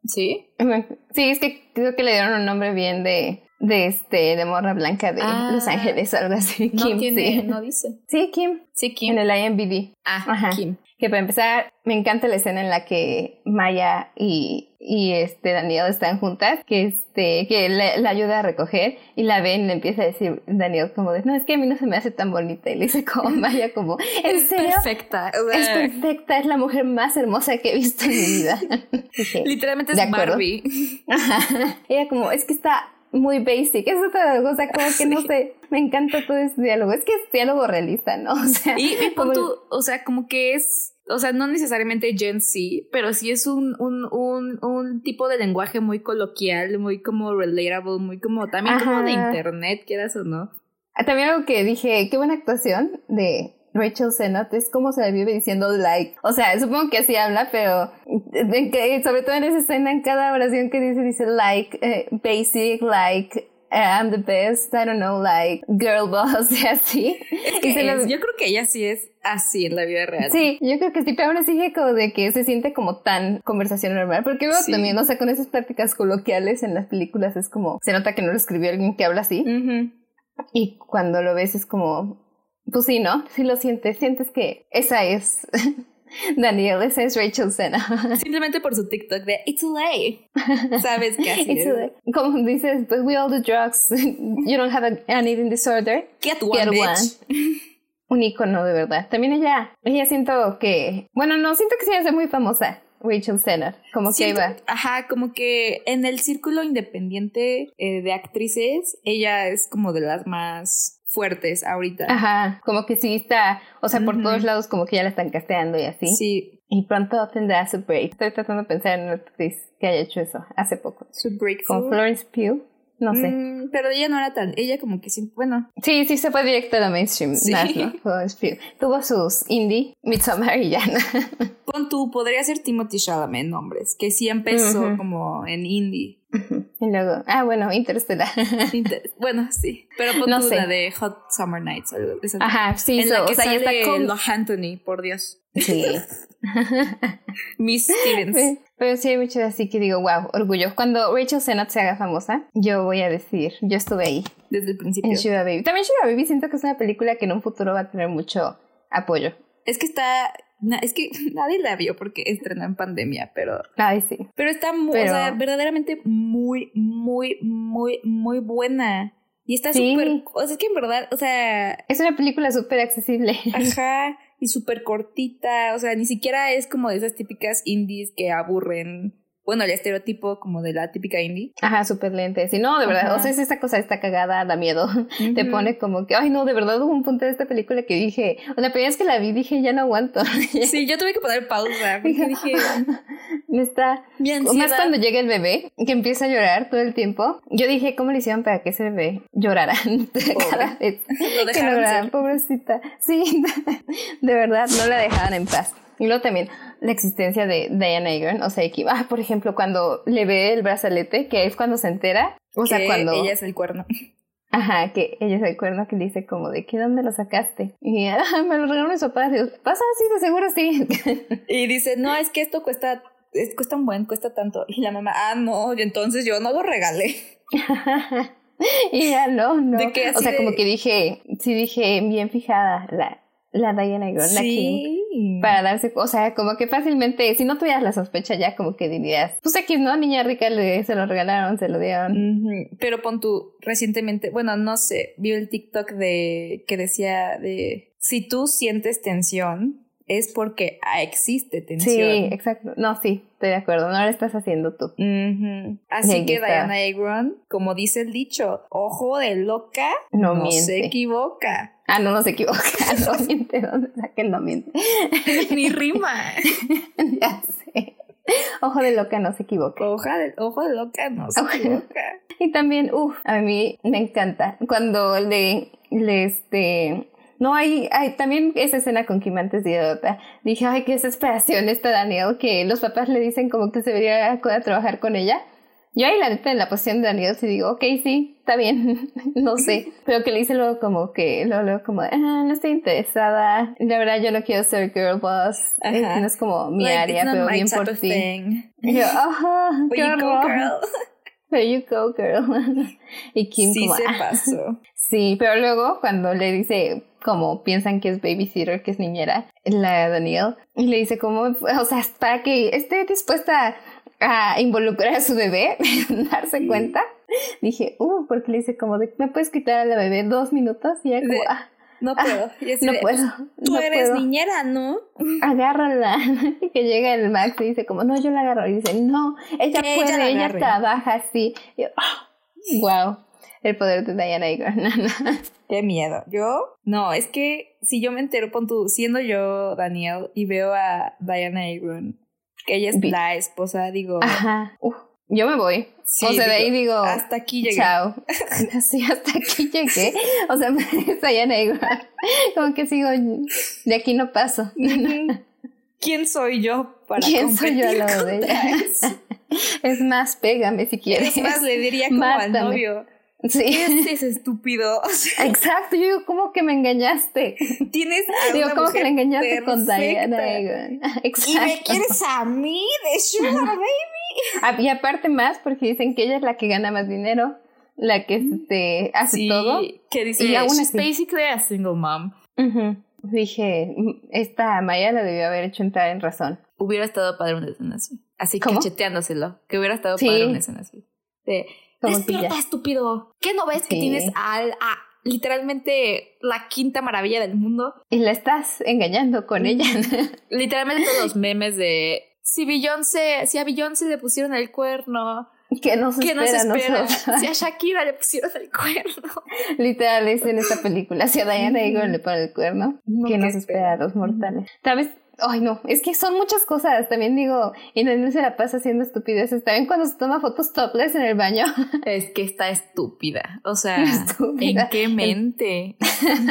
sí.
Sí, es que creo que le dieron un nombre bien de, de este de morra blanca de
Ah.
Los Ángeles o algo así.
No
Kim,
tiene,
sí.
no dice.
Sí, Kim.
Sí, Kim.
En el IMBD.
Ah,
Ajá.
Kim.
Que para empezar, me encanta la escena en la que Maya y, y este Daniel están juntas, que este, que la, la ayuda a recoger y la ven y le empieza a decir Daniel como de no es que a mí no se me hace tan bonita. Y le dice como Maya como, ¿en
Es
serio?
perfecta. o sea,
Es perfecta, es la mujer más hermosa que he visto en mi vida. Dije,
Literalmente es
De acuerdo.
Barbie.
Ajá. Ella como, es que está muy basic, es otra cosa, como que no
Sí.
sé, me encanta todo ese diálogo, es que es diálogo realista, ¿no? O sea,
Y mi
como-
punto, o sea, como que es, o sea, no necesariamente Gen Z, pero sí es un, un, un, un tipo de lenguaje muy coloquial, muy como relatable, muy como también como de
Ajá.
internet, quieras o no.
también algo que dije, qué buena actuación de Rachel Sennott, es como se la vive diciendo like, o sea, supongo que así habla, pero de que- sobre todo en esa escena, en cada oración que dice, dice like, eh, basic, like, eh, I'm the best, I don't know, like, girl boss, y así.
Es
Y
que
se lo-
es- yo creo que ella sí es así en la vida real.
Sí, yo creo que sí, pero aún así dije como de que se siente como tan conversación normal, porque luego
Sí.
también, o sea, con esas prácticas coloquiales en las películas es como, se nota que no lo escribió alguien que habla así,
Ujú.
y cuando lo ves es como, pues sí, ¿no? Sí lo sientes, sientes que esa es Daniel, esa es Rachel Senna.
Simplemente por su TikTok de It's LA. Sabes que así
It's
es.
a- como dices, pues we all do drugs, you don't have a- an eating disorder.
Get one,
Get
bitch.
one. Un icono de verdad. También ella, ella siento que, bueno, no, siento que sí es muy famosa, Rachel Senna, como
Siento-
que iba.
Ajá, como que en el círculo independiente eh, de actrices, ella es como de las más fuertes ahorita.
Ajá, como que sí está, o sea, por
Ujú.
todos lados como que ya la están casteando y así.
Sí,
Y pronto tendrá su break. Estoy tratando de pensar en una actriz que haya hecho eso hace poco.
su
Con
breakthrough.
Florence Pugh, no sé.
Mm, pero ella no era tan. Ella como que sí. Bueno,
Sí, sí se fue directo a la mainstream,
Sí.
más, ¿no? Florence Pugh. Tuvo sus indie, Midsommar y ya, ¿no?
pon tú, podría ser Timothy Chalamet en hombres, que sí empezó
Ujú.
como en indie.
Y luego, ah, bueno, Interstellar.
Inter- bueno, sí. Pero pon
No
tú
sé.
la de Hot Summer Nights. algo de esa-
Ajá, sí,
en
so-
la que
o sea, ya
sale
está con...
Love Anthony, por Dios.
Sí.
Miss Stevens.
Pe- Pero sí hay mucho así que digo, wow, orgullo. Cuando Rachel Sennott se haga famosa, yo voy a decir, yo estuve ahí
Desde el principio.
en Sugar Baby. También Sugar Baby siento que es una película que en un futuro va a tener mucho apoyo.
Es que está. na- es que nadie la vio porque estrenó en pandemia, pero.
Ay, sí.
Pero está muy,
Pero-
o sea, verdaderamente muy, muy, muy, muy buena. Y está
Sí.
súper. O sea, es que en verdad, o sea,
Es una película súper accesible.
ajá, y súper cortita. O sea, ni siquiera es como de esas típicas indies que aburren. Bueno, el estereotipo como de la típica indie.
Ajá, súper lente. Sí, no, de verdad.
Ajá.
O sea, es esta cosa, esta cagada, da miedo. Te pone como que, ay, no, de verdad hubo un punto de esta película que dije, o sea, la primera vez que la vi dije, ya no aguanto.
Sí, yo tuve que poner pausa porque dije,
Me está
mi
O Más
ansiedad.
cuando llega el bebé, que empieza a llorar todo el tiempo. Yo dije, ¿cómo le hicieron para que ese bebé llorara? Cada vez
Lo
que
dejaron
llorara,
ser.
pobrecita. Sí, de verdad, no la dejaban en paz. Y luego también la existencia de Diane Agron, o sea, que, ah, por ejemplo, cuando le ve el brazalete, que es cuando se entera, o sea,
que
cuando...
Ella es el cuerno.
Ajá, que ella se acuerda que le dice como de, ¿qué dónde lo sacaste? Y ella, ah, me lo regalaron mis papás. Y yo, pasa así, de seguro sí.
Y dice, no, es que esto cuesta, es- cuesta un buen, cuesta tanto. Y la mamá, ah, no, y entonces yo no lo regalé.
y ya no, no.
De que
o
así
sea,
de-
como que dije, sí dije bien fijada la, la Diana Agron, la Kim. Para darse, o sea, como que fácilmente, si no tuvieras la sospecha ya, como que dirías, pues aquí no, niña rica, le, se lo regalaron, se lo dieron.
Ujú. Pero pon tú, recientemente, bueno, no sé, vi el TikTok de que decía de, si tú sientes tensión, es porque ah, existe tensión.
Sí, exacto. No, sí, estoy de acuerdo, no lo estás haciendo tú.
Ujú. Así
Ahí
que
está.
Diana Agron, como dice el dicho, ojo de loca,
No,
no, se
miente.
equivoca,
Ah, no, no se equivoca, no miente, ¿dónde saqué el no miente?
ni rima.
ya sé. Ojo de loca, no se equivoca.
Ojo de, ojo de loca, no se
Ojo de
equivoca.
Y también, uff, a mí me encanta cuando le, le este... No, hay, hay también esa escena con Kim antes de ir a otra. Dije, ay, qué desesperación está Daniel, que los papás le dicen como que se debería co- a trabajar con ella. Yo ahí la neta en la posición de Daniel sí digo, ok, sí, está bien, no sé. Pero que le dice luego como que, luego, luego como, ah, no estoy interesada, la verdad yo no quiero ser girl boss,
Ajá.
Eh, no es como mi
Like,
área,
it's not
pero
my
bien
type
por
of
ti.
thing.
Y yo, ajá,
But
qué
you go,
horror".
girl.
There you go, girl. y Kim
sí
como,
se
"Ah".
pasó.
Sí, pero luego cuando le dice, como piensan que es babysitter, que es niñera, la Danielle, y le dice como, o sea, para que esté dispuesta a involucrar a su bebé, darse cuenta, dije, uh, porque le dice como, de, ¿me puedes quitar a la bebé dos minutos? Y ella como,
De-
"Ah,
No puedo. Y así
no
de,
puedo,
Tú
no
eres
puedo,
niñera, ¿no?
agárrala. Y que llega el Max y dice como, no, yo la agarro. Y dice, no, ella
Que ella
puede,
la
ella,
agarre.
trabaja así. Y yo, "Ah, wow, el poder de Diana Egan.
Qué miedo. Yo, no, es que si yo me entero, pon tú, siendo yo Daniel y veo a Diana Agron, que ella es
Vi-
la esposa, digo,
Ajá. Uf, yo me voy.
sí,
o sea, de ahí
digo,
digo,
hasta aquí llegué.
chao. Así hasta aquí llegué. O sea, me Diana igual. Como que sigo, de aquí no paso.
Ujú. ¿Quién soy yo para
¿Quién soy yo al
competir
lado de
contra
ella?
eso?
Es más, pégame si quieres.
Es más, le diría como
Mátame.
al novio,
Sí.
¿qué es estúpido? O sea,
Exacto, yo digo, ¿cómo que me engañaste?
tienes a
Digo,
una
¿cómo que
mujer
le engañaste con
perfecta.
Diana Egan?
y
Exacto.
me quieres a mí de Sugar Baby.
Ah, Y aparte más, porque dicen que ella es la que gana más dinero, la que este, hace
Sí,
todo.
que dice,
Y aún
"She's
así".
basically a single mom.
Ujú. Dije, "Mm, esta Maya la debió haber hecho entrar en razón.
Hubiera estado padre una escena así. Así
¿Cómo?
cacheteándoselo. Que hubiera estado
Sí.
padre una escena así. De,
Como que ya.
Despierta, estúpido. ¿Qué no ves que
Sí.
tienes al- a, literalmente la quinta maravilla del mundo?
Y la estás engañando con ella.
Literalmente todos los memes de si Beyoncé, si a Beyoncé le pusieron el cuerno,
que nos
¿qué nos
espera a
espera?
nosotros?
Si a Shakira le pusieron el cuerno.
Literal es en esta película. Si a Diana Eagle le pone el cuerno,
No,
¿qué
¿qué
nos espera a los mortales? Tal vez, ay no, es que son muchas cosas. También digo, y no se la pasa haciendo estupideces. También cuando se toma fotos topless en el baño.
Es que está estúpida. O sea,
Estúpida.
¿en qué mente?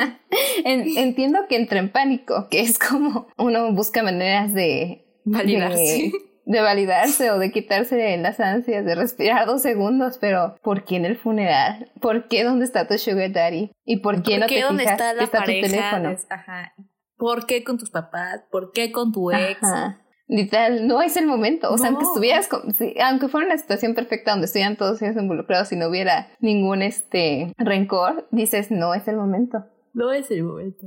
En- entiendo que entra en pánico, que es como uno busca maneras de
Validarse.
de, de validarse o de quitarse las ansias, de respirar dos segundos, pero ¿por qué en el funeral? ¿Por qué dónde está tu sugar daddy? ¿Y por qué no te
dónde
fijas
está
que
la
está
pareja?
tu teléfono?
Es- ajá. ¿Por qué con tus papás? ¿Por qué con tu ex?
Ajá. Literal, no es el momento. O sea, aunque
No.
estuvieras, con- sí, aunque fuera una situación perfecta donde estuvieran todos ellos involucrados y no hubiera ningún este rencor, dices no es el momento.
No es el momento.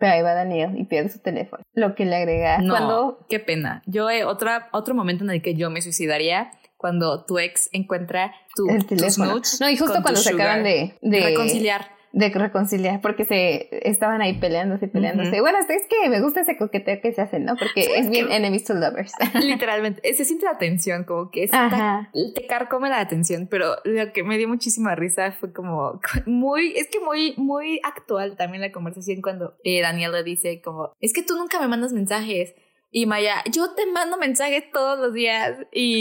Pero ahí va Daniel y pierde su teléfono. Lo que le agrega
No,
cuando
qué pena. Yo, eh, otra, otro momento en el que yo me suicidaría cuando tu ex encuentra tu,
el
tu
teléfono.
snooch
No, y justo
con tu
cuando se
sugar.
acaban de, de
reconciliar.
de reconciliar porque se estaban ahí peleándose y peleándose.
Ujú.
Bueno, es que me gusta ese coqueteo que se hacen, ¿no? Porque es bien enemies to lovers.
Literalmente, se siente la tensión, como que está-
Ajá.
te carcome la atención, pero lo que me dio muchísima risa fue como muy, es que muy, muy actual también la conversación cuando eh, Daniel le dice como, es que tú nunca me mandas mensajes. Y Maya, yo te mando mensajes todos los días.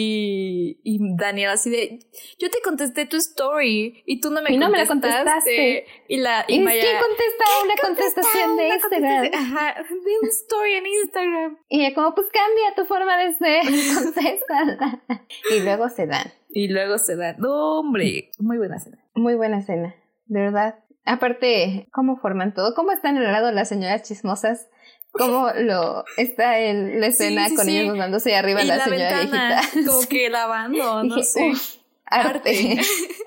Y, y Daniel así de, yo te contesté tu story y tú no me
Y no me la
contestaste.
contestaste.
Y, la, y
¿Y
Maya,
quién contesta una contestación de
"Ah, una
Instagram?
contestación". Ajá, de un story en Instagram.
Y ella como, pues cambia tu forma de ser, contesta. y luego se dan.
Y luego se da, no hombre, muy buena cena.
Muy buena escena, de verdad. Aparte, cómo forman todo, cómo están al lado las señoras chismosas, cómo lo está el, la
Sí,
escena
sí,
con
sí.
ellos dándose arriba
y
la,
la,
señora
ventana,
viejita.
como
Sí.
que lavando, no
Dije,
sé.
"Uf, arte.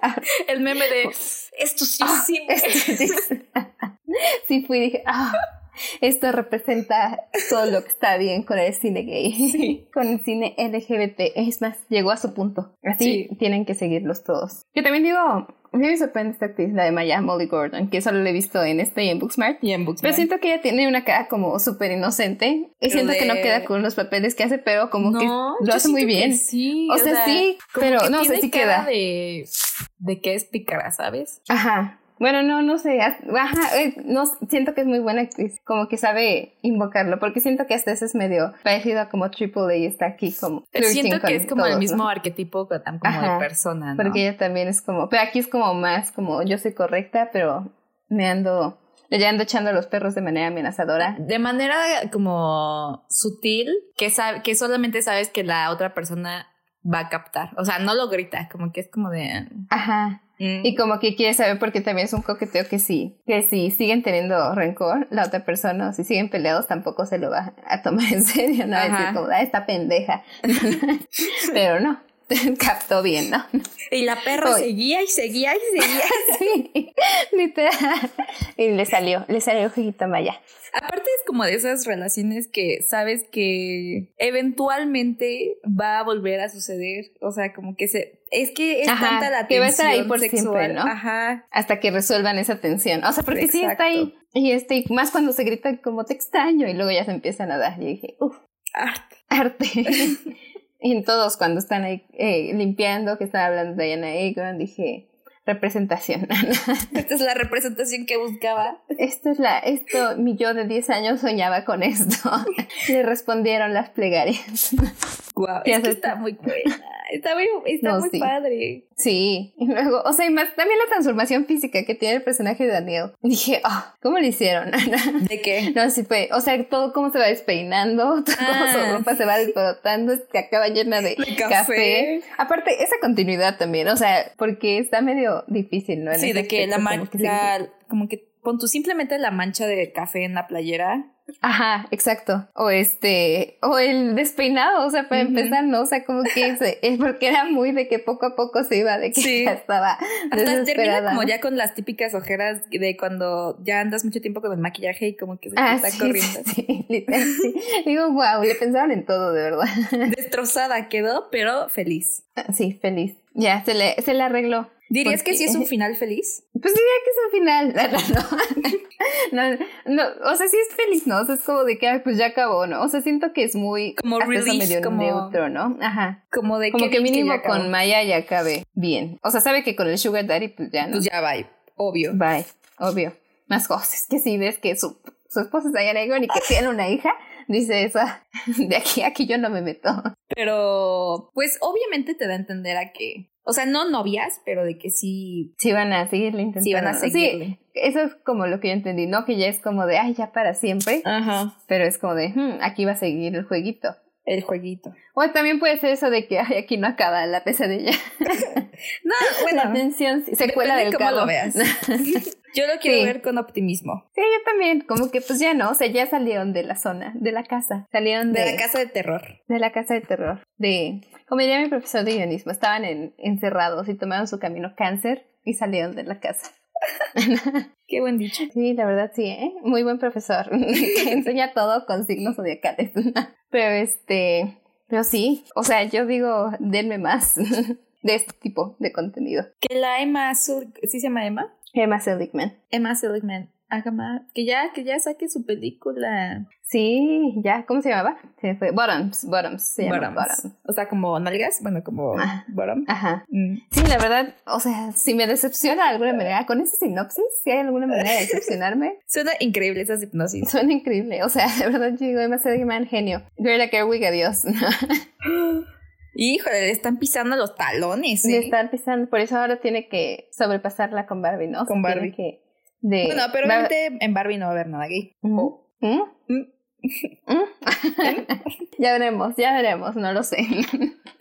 arte". El meme de esto sí
Ah,
es cine".
sí fui y dije, ah, esto representa todo lo que está bien con el cine gay,
Sí.
con el cine LGBT. Es más, llegó a su punto. Así
Sí.
tienen que seguirlos todos. Yo también digo, me sorprende esta actriz, la de Maya Molly Gordon, que solo la he visto en este y en Booksmart.
Y en Books.
Pero siento que ella tiene una cara como súper inocente y
Pero
siento que no
de-
queda con los papeles que hace, pero como que lo hace muy bien.
Sí,
O sea, sí,
como
pero
que
no sé
tiene
si
cara
queda.
De, de que es pícara, ¿sabes?
Ajá. Bueno, no, no sé. as- Ajá, eh, no, siento que es muy buena actriz. Como que sabe invocarlo. Porque siento que hasta eso es medio parecido a como Triple A está aquí como. flirting
Eh, Siento
con
que es como el
todos,
mismo
¿no?
arquetipo co- tan como
Ajá,
de persona, ¿no?
Porque ella también es como. Pero aquí es como más como yo soy correcta, pero me ando. Le ando echando a los perros de manera amenazadora.
de manera como sutil, que, sab- que solamente sabes que la otra persona va a captar. O sea, no lo grita, como que es como de...
Ajá.
mm,
Y como que quiere saber porque también es un coqueteo que sí, que si siguen teniendo rencor la otra persona o si siguen peleados tampoco se lo va a tomar en serio, no va a decir
Ajá.
como, ah, esta pendeja. Pero no, captó bien, ¿no?
Y la perra
Oy.
seguía y seguía y seguía.
Sí, literal. Y le salió, le salió el jueguito maya.
Aparte es como de esas relaciones que sabes que eventualmente va a volver a suceder. O sea, como que se... Es que es
Ajá,
tanta la
que va a estar
tensión
ahí por siempre,
sexual.
¿no?
Ajá.
Hasta que resuelvan esa tensión. O sea, porque sí está
Exacto.
ahí. Y este, y más cuando se gritan como te extraño y luego ya se empiezan a dar. Y dije, uff,
Ah,
arte. y en todos cuando están ahí eh, limpiando, que están hablando de Diana Agron, dije, representación.
esta es la representación que buscaba.
Esto es la, esto, mi yo de 10 años soñaba con esto. Le respondieron las plegarias.
Guau,
Sí,
es
acepto.
que está muy buena. Está muy, está
No,
muy
sí.
padre.
Sí, y luego, o sea, y más también la transformación física que tiene el personaje de Daniel. Dije, oh, ¿cómo le hicieron?
¿De qué?
no, sí fue, o sea, todo cómo se va despeinando, todo
Ah.
cómo su ropa se va desbrotando, se acaba llena de,
De
café.
café.
Aparte, esa continuidad también, o sea, porque está medio difícil, ¿no? En
Sí,
ese
de que la
aspecto, como
mancha,
que se-
como que pon tú simplemente la mancha de café en la playera.
Ajá, exacto. O este, o el despeinado, o sea, para
Ujú.
empezar, ¿no? O sea, como que se- es porque era muy de que poco a poco se iba, de que
Sí.
ya estaba
Hasta termina
desesperada,
como
¿no?
ya con las típicas ojeras de cuando ya andas mucho tiempo con el maquillaje y como que se te
Ah,
está
sí,
corriendo.
sí, sí, literal, sí. Digo, wow, le pensaron en todo, de verdad.
Destrozada quedó, pero feliz.
Sí, feliz. Ya, se le, se le arregló.
¿Dirías
Porque-
que sí es un final feliz?
Pues diría que es un final. No, no, no. No, o sea, sí es feliz, ¿no? O sea, es como de que, ay, pues ya acabó, ¿no? O sea, siento que es muy...
Como
hasta eso
relief,
medio
como-
neutro, ¿no? Ajá.
Como de
Como
qué
que
bien
mínimo
ya acabó.
con Maya ya acabe bien. O sea, sabe que con el Sugar Daddy, pues ya no.
Pues ya va, obvio.
Bye, obvio. Más cosas que si ves que su, su esposa es Diana Egon y que tiene una hija, dice eso, de aquí a aquí yo no me meto.
Pero pues obviamente te da a entender a que, o sea, no novias, pero de que sí,
Sí van a seguirle intentando.
sí van a
¿no?
seguirle.
Sí, eso es como lo que yo entendí, ¿no? Que ya es como de, ay, ya para siempre,
Ajá.
pero es como de, "Hmm, aquí va a seguir el jueguito.
El jueguito.
O también puede ser eso de que, ay, aquí no acaba la pesadilla.
No,
La
bueno,
tensión, secuela
depende
del
cómo
cabo.
lo veas. Yo lo quiero
Sí.
ver con optimismo.
Sí, yo también, como que pues ya no, o sea, ya salieron de la zona, de la casa, salieron de,
De la casa de terror.
de la casa de terror, de, como diría mi profesor de guionismo, estaban en- encerrados y tomaron su camino cáncer y salieron de la casa.
Qué buen dicho.
Sí, la verdad sí, ¿eh? Muy buen profesor, que enseña todo con signos zodiacales. pero este, pero sí, o sea, yo digo, denme más de este tipo de contenido.
Que la Emma Sul... ¿Sí se llama Emma?
Emma Seligman.
Emma Seligman. Haga más. Que ya, que ya saque su película.
Sí, ya, ¿cómo se llamaba? Se me fue. Bottoms, Bottoms, se llama
Bottoms.
Bottoms.
O sea, como nalgas. Bueno, como
Ah.
bottom.
Ajá.
Mm.
Sí, la verdad, o sea, si me decepciona de alguna manera, con esa sinopsis, si hay alguna manera de decepcionarme,
Suena increíble esa hipnosis.
suena increíble. O sea, de verdad, yo digo, Emma Seligman, genio. Greta Gerwig, adiós.
Híjole, le están pisando los talones.
Le
¿eh?
están pisando, por eso ahora tiene que sobrepasarla con Barbie, ¿no? O sea,
Con
tiene
Barbie.
que- de,
Bueno, pero
Bar-
obviamente en Barbie no va a haber nada gay.
¿Mm? ¿Mm? ¿Mm? ya veremos, ya veremos, no lo sé.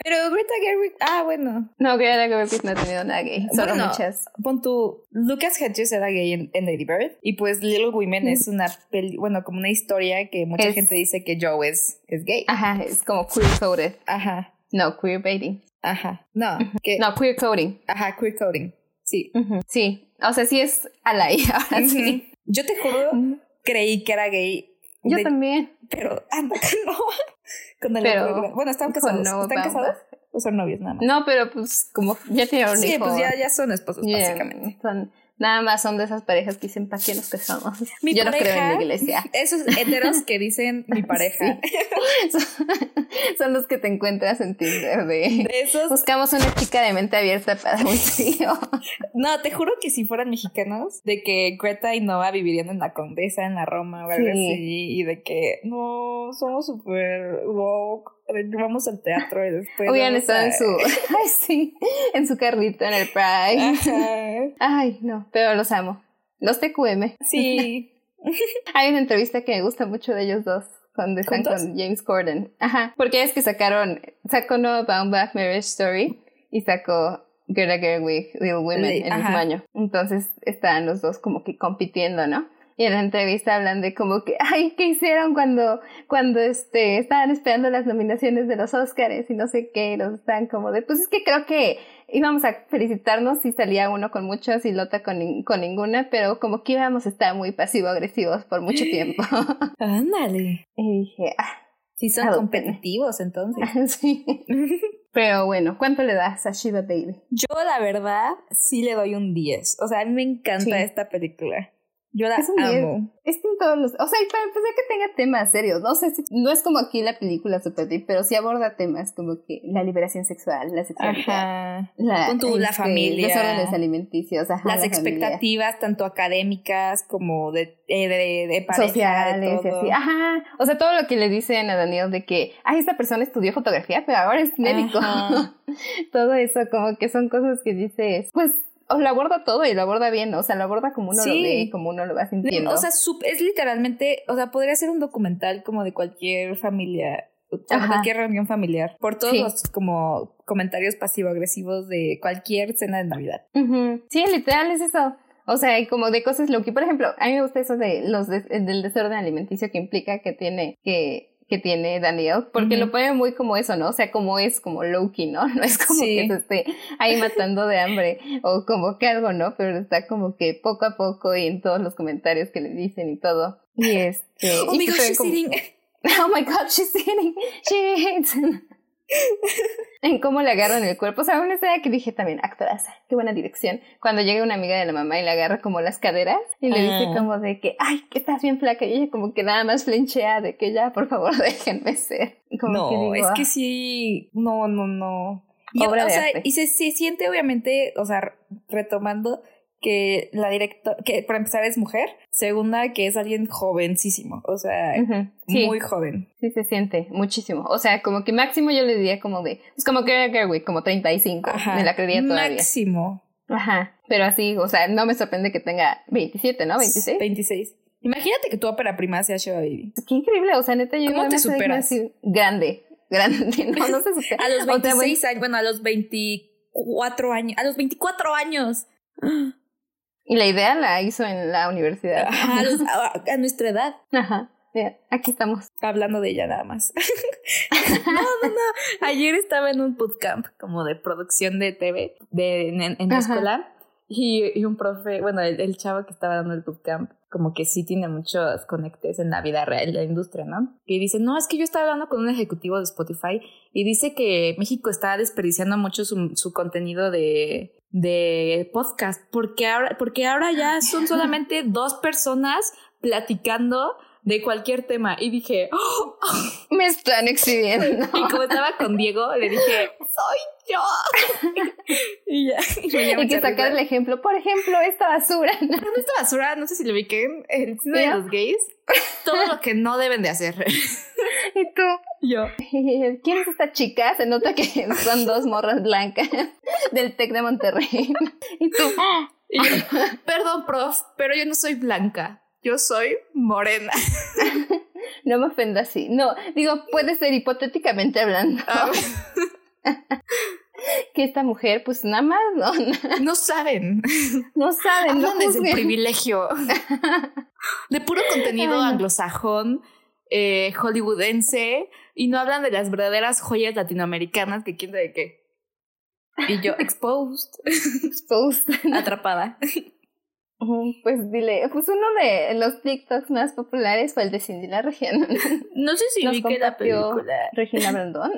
Pero Greta Gerwig, ah, bueno.
No, Greta Gerwig no ha tenido nada gay, solo
Bueno.
muchas.
Pon tu. Lucas Hedges era gay en, en Lady Bird. Y pues Little Women es una peli, bueno, como una historia que mucha
Es- Ah.
gente dice que Joe es, es gay.
Ajá, es como queer coded.
Ajá,
No, queer baiting.
ajá. No, que.
No, queer coding.
Ajá, queer coding. Sí.
Ujú, Sí, o sea, sí es alay, ahora Ah, sí.
Ujú. Yo te juro,
Ujú.
creí que era gay.
Yo
de-
también.
Pero anda que no. Con el
Pero-
otro- Bueno, están
con
casados.
Noah
¿Están
Baumbach.
casados? ¿O son novios nada más?
No, pero pues como ya tiene un
sí,
hijo.
pues ya, ya son esposos,
ya,
básicamente.
son- nada más son de esas parejas que dicen, ¿para qué nos casamos?
Mi
Yo no creo en
pareja-
la iglesia.
Esos heteros que dicen mi pareja.
Son, son los que te encuentras en Tinder de...
De esos.
Buscamos una chica de mente abierta para un trío.
No, te juro que si fueran mexicanos, de que Greta y Noah vivirían en la Condesa, en la Roma o algo
Sí.
así, y de que no, somos súper woke, de que vamos al teatro y después.
Hubieran
vamos
estado
a-
en su... Ay, sí. En su carrito, en el
Ah.
Pride.
Ajá.
Ay, no. Pero los amo. Los TQM.
Sí.
Hay una entrevista que me gusta mucho de ellos dos cuando están
¿Juntos?
con James Corden. Ajá, porque es que sacaron, sacó Noah Baumbach Marriage Story y sacó Greta Gerwig Little Women
Sí,
en el mismo
ajá.
año. Entonces estaban los dos como que compitiendo, ¿no? Y en la entrevista hablan de como que, ay, ¿qué hicieron cuando, cuando este, estaban esperando las nominaciones de los Oscars y no sé qué? Y los están como de, pues es que creo que íbamos a felicitarnos si salía uno con muchos y Lota con, nin- con ninguna, pero como que íbamos a estar muy pasivo-agresivos por mucho tiempo.
Ándale.
y dije, ah,
Sí, son
Adopten.
competitivos entonces.
sí. Pero bueno, ¿cuánto le das a Shiva Baby?
Yo, la verdad, sí le doy un 10. O sea, a mí me encanta
Sí.
esta película. Yo la
Es un 10.
amo.
Es que en todos los. O sea, y para empezar que tenga temas serios. No sé si. No es como aquí la película Super Deep, pero sí aborda temas como que la liberación sexual, la sexualidad.
Ajá.
La, este,
Pon tú, la familia.
Desórdenes alimenticios. ajá,
Las
la familia,
expectativas, tanto académicas como de, eh, de, de pareja, de
sociales y
todo.
así. Ah, Ajá. O sea, todo lo que le dicen a Daniel de que. Ay, esta persona estudió fotografía, pero ahora es médico.
Ajá.
todo eso, como que son cosas que dices. Pues. O lo aborda todo y lo aborda bien, o sea, lo aborda como uno
Sí.
lo ve, como uno lo va sintiendo.
O sea, sup- es literalmente, o sea, podría ser un documental como de cualquier familia, o de
Ajá.
cualquier reunión familiar, por todos
Sí.
los como comentarios pasivo-agresivos de cualquier cena de Navidad.
Ujú. Sí, literal es eso. O sea, y como de cosas lo que, por ejemplo, a mí me gusta eso de los des- eh, del desorden alimenticio que implica que tiene que que tiene Daniel, porque
Ujú.
lo pone muy como eso, ¿no? O sea, como es como Loki, ¿no? No es como
Sí.
que se esté ahí matando de hambre o como que algo, ¿no? Pero está como que poco a poco y en todos los comentarios que le dicen y todo. Y este...
Oh
y
my
se
gosh,
ve
she's
como-
eating.
Oh my god, she's eating. She eats. en cómo le agarran el cuerpo. O sea, una escena que dije también, actoraza, qué buena dirección. Cuando llega una amiga de la mamá y le agarra como las caderas y le
Ah.
dice como de que, ay, que estás bien flaca. Y ella como que nada más flinchea de que ya, por favor, déjenme ser. Como
No,
que digo,
es que
"Ah".
sí, no, no, no. Y,
Obra
o
de
sea,
arte.
y se, se siente obviamente, o sea, retomando que la directora, que para empezar es mujer, segunda que es alguien jovencísimo, o sea,
Ujú, Sí,
muy joven.
sí se siente muchísimo. O sea, como que máximo yo le diría como de, es como que Gerwig, como 35, me la creería todavía.
Máximo.
Ajá, pero así, o sea, no me sorprende que tenga 27, ¿no? 26.
26. Imagínate que tu ópera prima sea Sheba Baby.
Qué increíble, o sea, neta, yo
¿Cómo
una
te
vez me
superas?
así, grande, grande, no, no se supera.
A los
O sea,
26 años, bueno, a los 24 años, a los 24 años.
Y la idea la hizo en la universidad.
Ajá, a, los- a- a nuestra edad.
Ajá. Mira, aquí estamos.
Hablando de ella nada más. no, no, no. Ayer estaba en un bootcamp como de producción de TV de, en, en
Ajá.
la escuela y, y un profe, bueno, el, el chavo que estaba dando el bootcamp como que sí tiene muchos conectes en la vida real de la industria, ¿no? Y dice, no, es que yo estaba hablando con un ejecutivo de Spotify y dice que México está desperdiciando mucho su, su contenido de, de podcast porque ahora, porque ahora ya son solamente dos personas platicando de cualquier tema. Y dije, ¡oh!
Me están exhibiendo.
y como estaba con Diego, le dije, soy yo. y ya. y me dio
Hay que
mucha
sacar el
risa.
ejemplo. Por ejemplo, esta basura.
Esta basura, no sé si lo ubiquen, el cine de
¿Ya?
los gays, todo lo que no deben de hacer.
¿Y tú?
yo.
¿Quién es esta chica? Se nota que son dos morras blancas del TEC de Monterrey. ¿Y tú?
Y yo, Perdón, prof, pero yo no soy blanca. Yo soy morena.
No me ofendas así. No, digo, puede ser hipotéticamente hablando
Ah,
que esta mujer, pues nada más, no,
no saben.
no saben, no
Hablan desde el
juzguen.
privilegio. De puro contenido
Ay, no.
anglosajón, eh, hollywoodense, y no hablan de las verdaderas joyas latinoamericanas que quién sabe qué. Y yo, exposed,
Post.
atrapada.
Ujú, Pues dile, pues uno de los TikToks más populares fue el de Cindy la Regina,
No sé si
Nos
vi que la
compartió-
película.
Regina Brandón.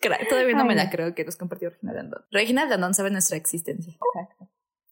Cra- Todavía no
Ay,
me la
no.
creo que nos compartió Regina Landon. Regina Landon sabe nuestra existencia.
Tal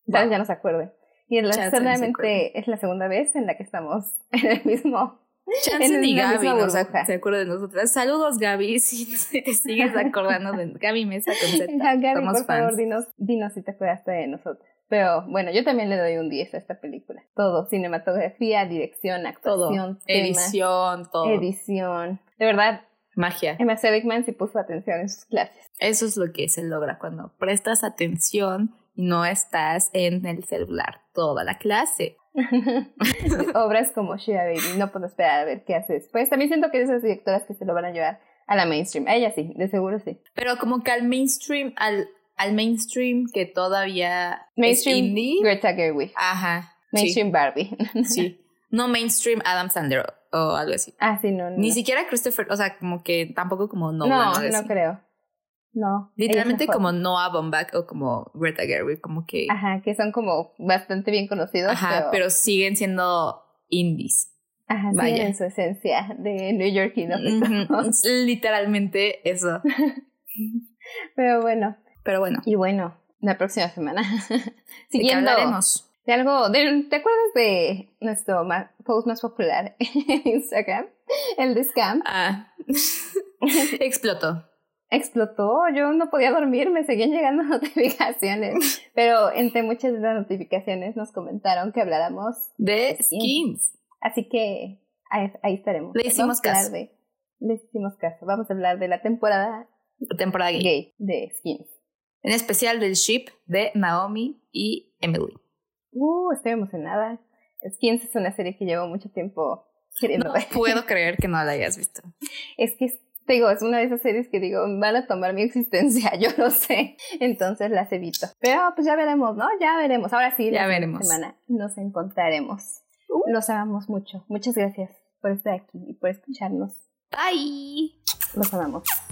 Wow.
vez ya no se acuerde. Y el-
Chance no se
solamente es la segunda vez en la que estamos en el mismo.
Chance
En
ni
la
Gaby
misma
nos ac-
burbuja.
se acuerda de nosotras. Saludos, Gaby, si, si te sigues acordando de Gaby Mesa con Z.
Gaby,
somos
por favor,
fans.
dinos, dinos si te acuerdas de nosotros. Pero bueno, yo también le doy un 10 a esta película. Todo, cinematografía, dirección,
Todo.
actuación, temas,
Edición, todo.
edición. De verdad,
Magia.
Emma Seligman sí puso atención en sus clases.
Eso es lo que se logra cuando prestas atención y no estás en el celular toda la clase.
obras como Shira Baby, no puedo esperar a ver qué hace después. También siento que es esas directoras que se lo van a llevar a la mainstream. A ella sí, de seguro sí.
Pero como que al mainstream, al, al mainstream que todavía es
Mainstream
indie.
Greta Gerwig.
Ajá.
Mainstream Barbie.
Sí. No mainstream Adam Sandler o algo así.
ah, sí, no, no.
Ni
no.
siquiera Christopher, o sea, como que tampoco como
no,
Nolan. o
no,
algo así.
creo. No.
Literalmente
ellos no
como Noah Baumbach o como Greta Gerwig, como que...
fueron. Ajá, que son como bastante bien conocidos.
Ajá, pero, siguen siendo indies.
Ajá, sí,
vaya. Mm.
en su esencia de neoyorquinos.
Ujú, es Literalmente eso.
Pero bueno.
Pero bueno,
Y bueno, la próxima semana.
¿de qué
Siguiendo
hablaremos?
de algo. de- ¿Te acuerdas de nuestro ma- post más popular en Instagram? El de Scam.
Ah. Explotó.
explotó, yo no podía dormir, me seguían llegando notificaciones, pero entre muchas de las notificaciones nos comentaron que habláramos,
De skins.
así que ahí, ahí estaremos.
Le
Vamos
hicimos
a hablar
caso.
de- le hicimos caso, vamos a hablar de la temporada
Temporada gay.
gay de Skins.
En especial del ship de Naomi y Emily.
Uh, estoy emocionada. Skins es una serie que llevo mucho tiempo queriendo
No
ver.
puedo creer que no la hayas visto.
Es que, te digo, es una de esas series que digo, van a tomar mi existencia, yo lo sé. Entonces las evito. Pero pues ya veremos, ¿no? Ya veremos. Ahora sí,
Ya
la siguiente
veremos.
semana nos encontraremos.
Uh.
Los amamos mucho. Muchas gracias por estar aquí y por escucharnos.
Bye.
Los amamos.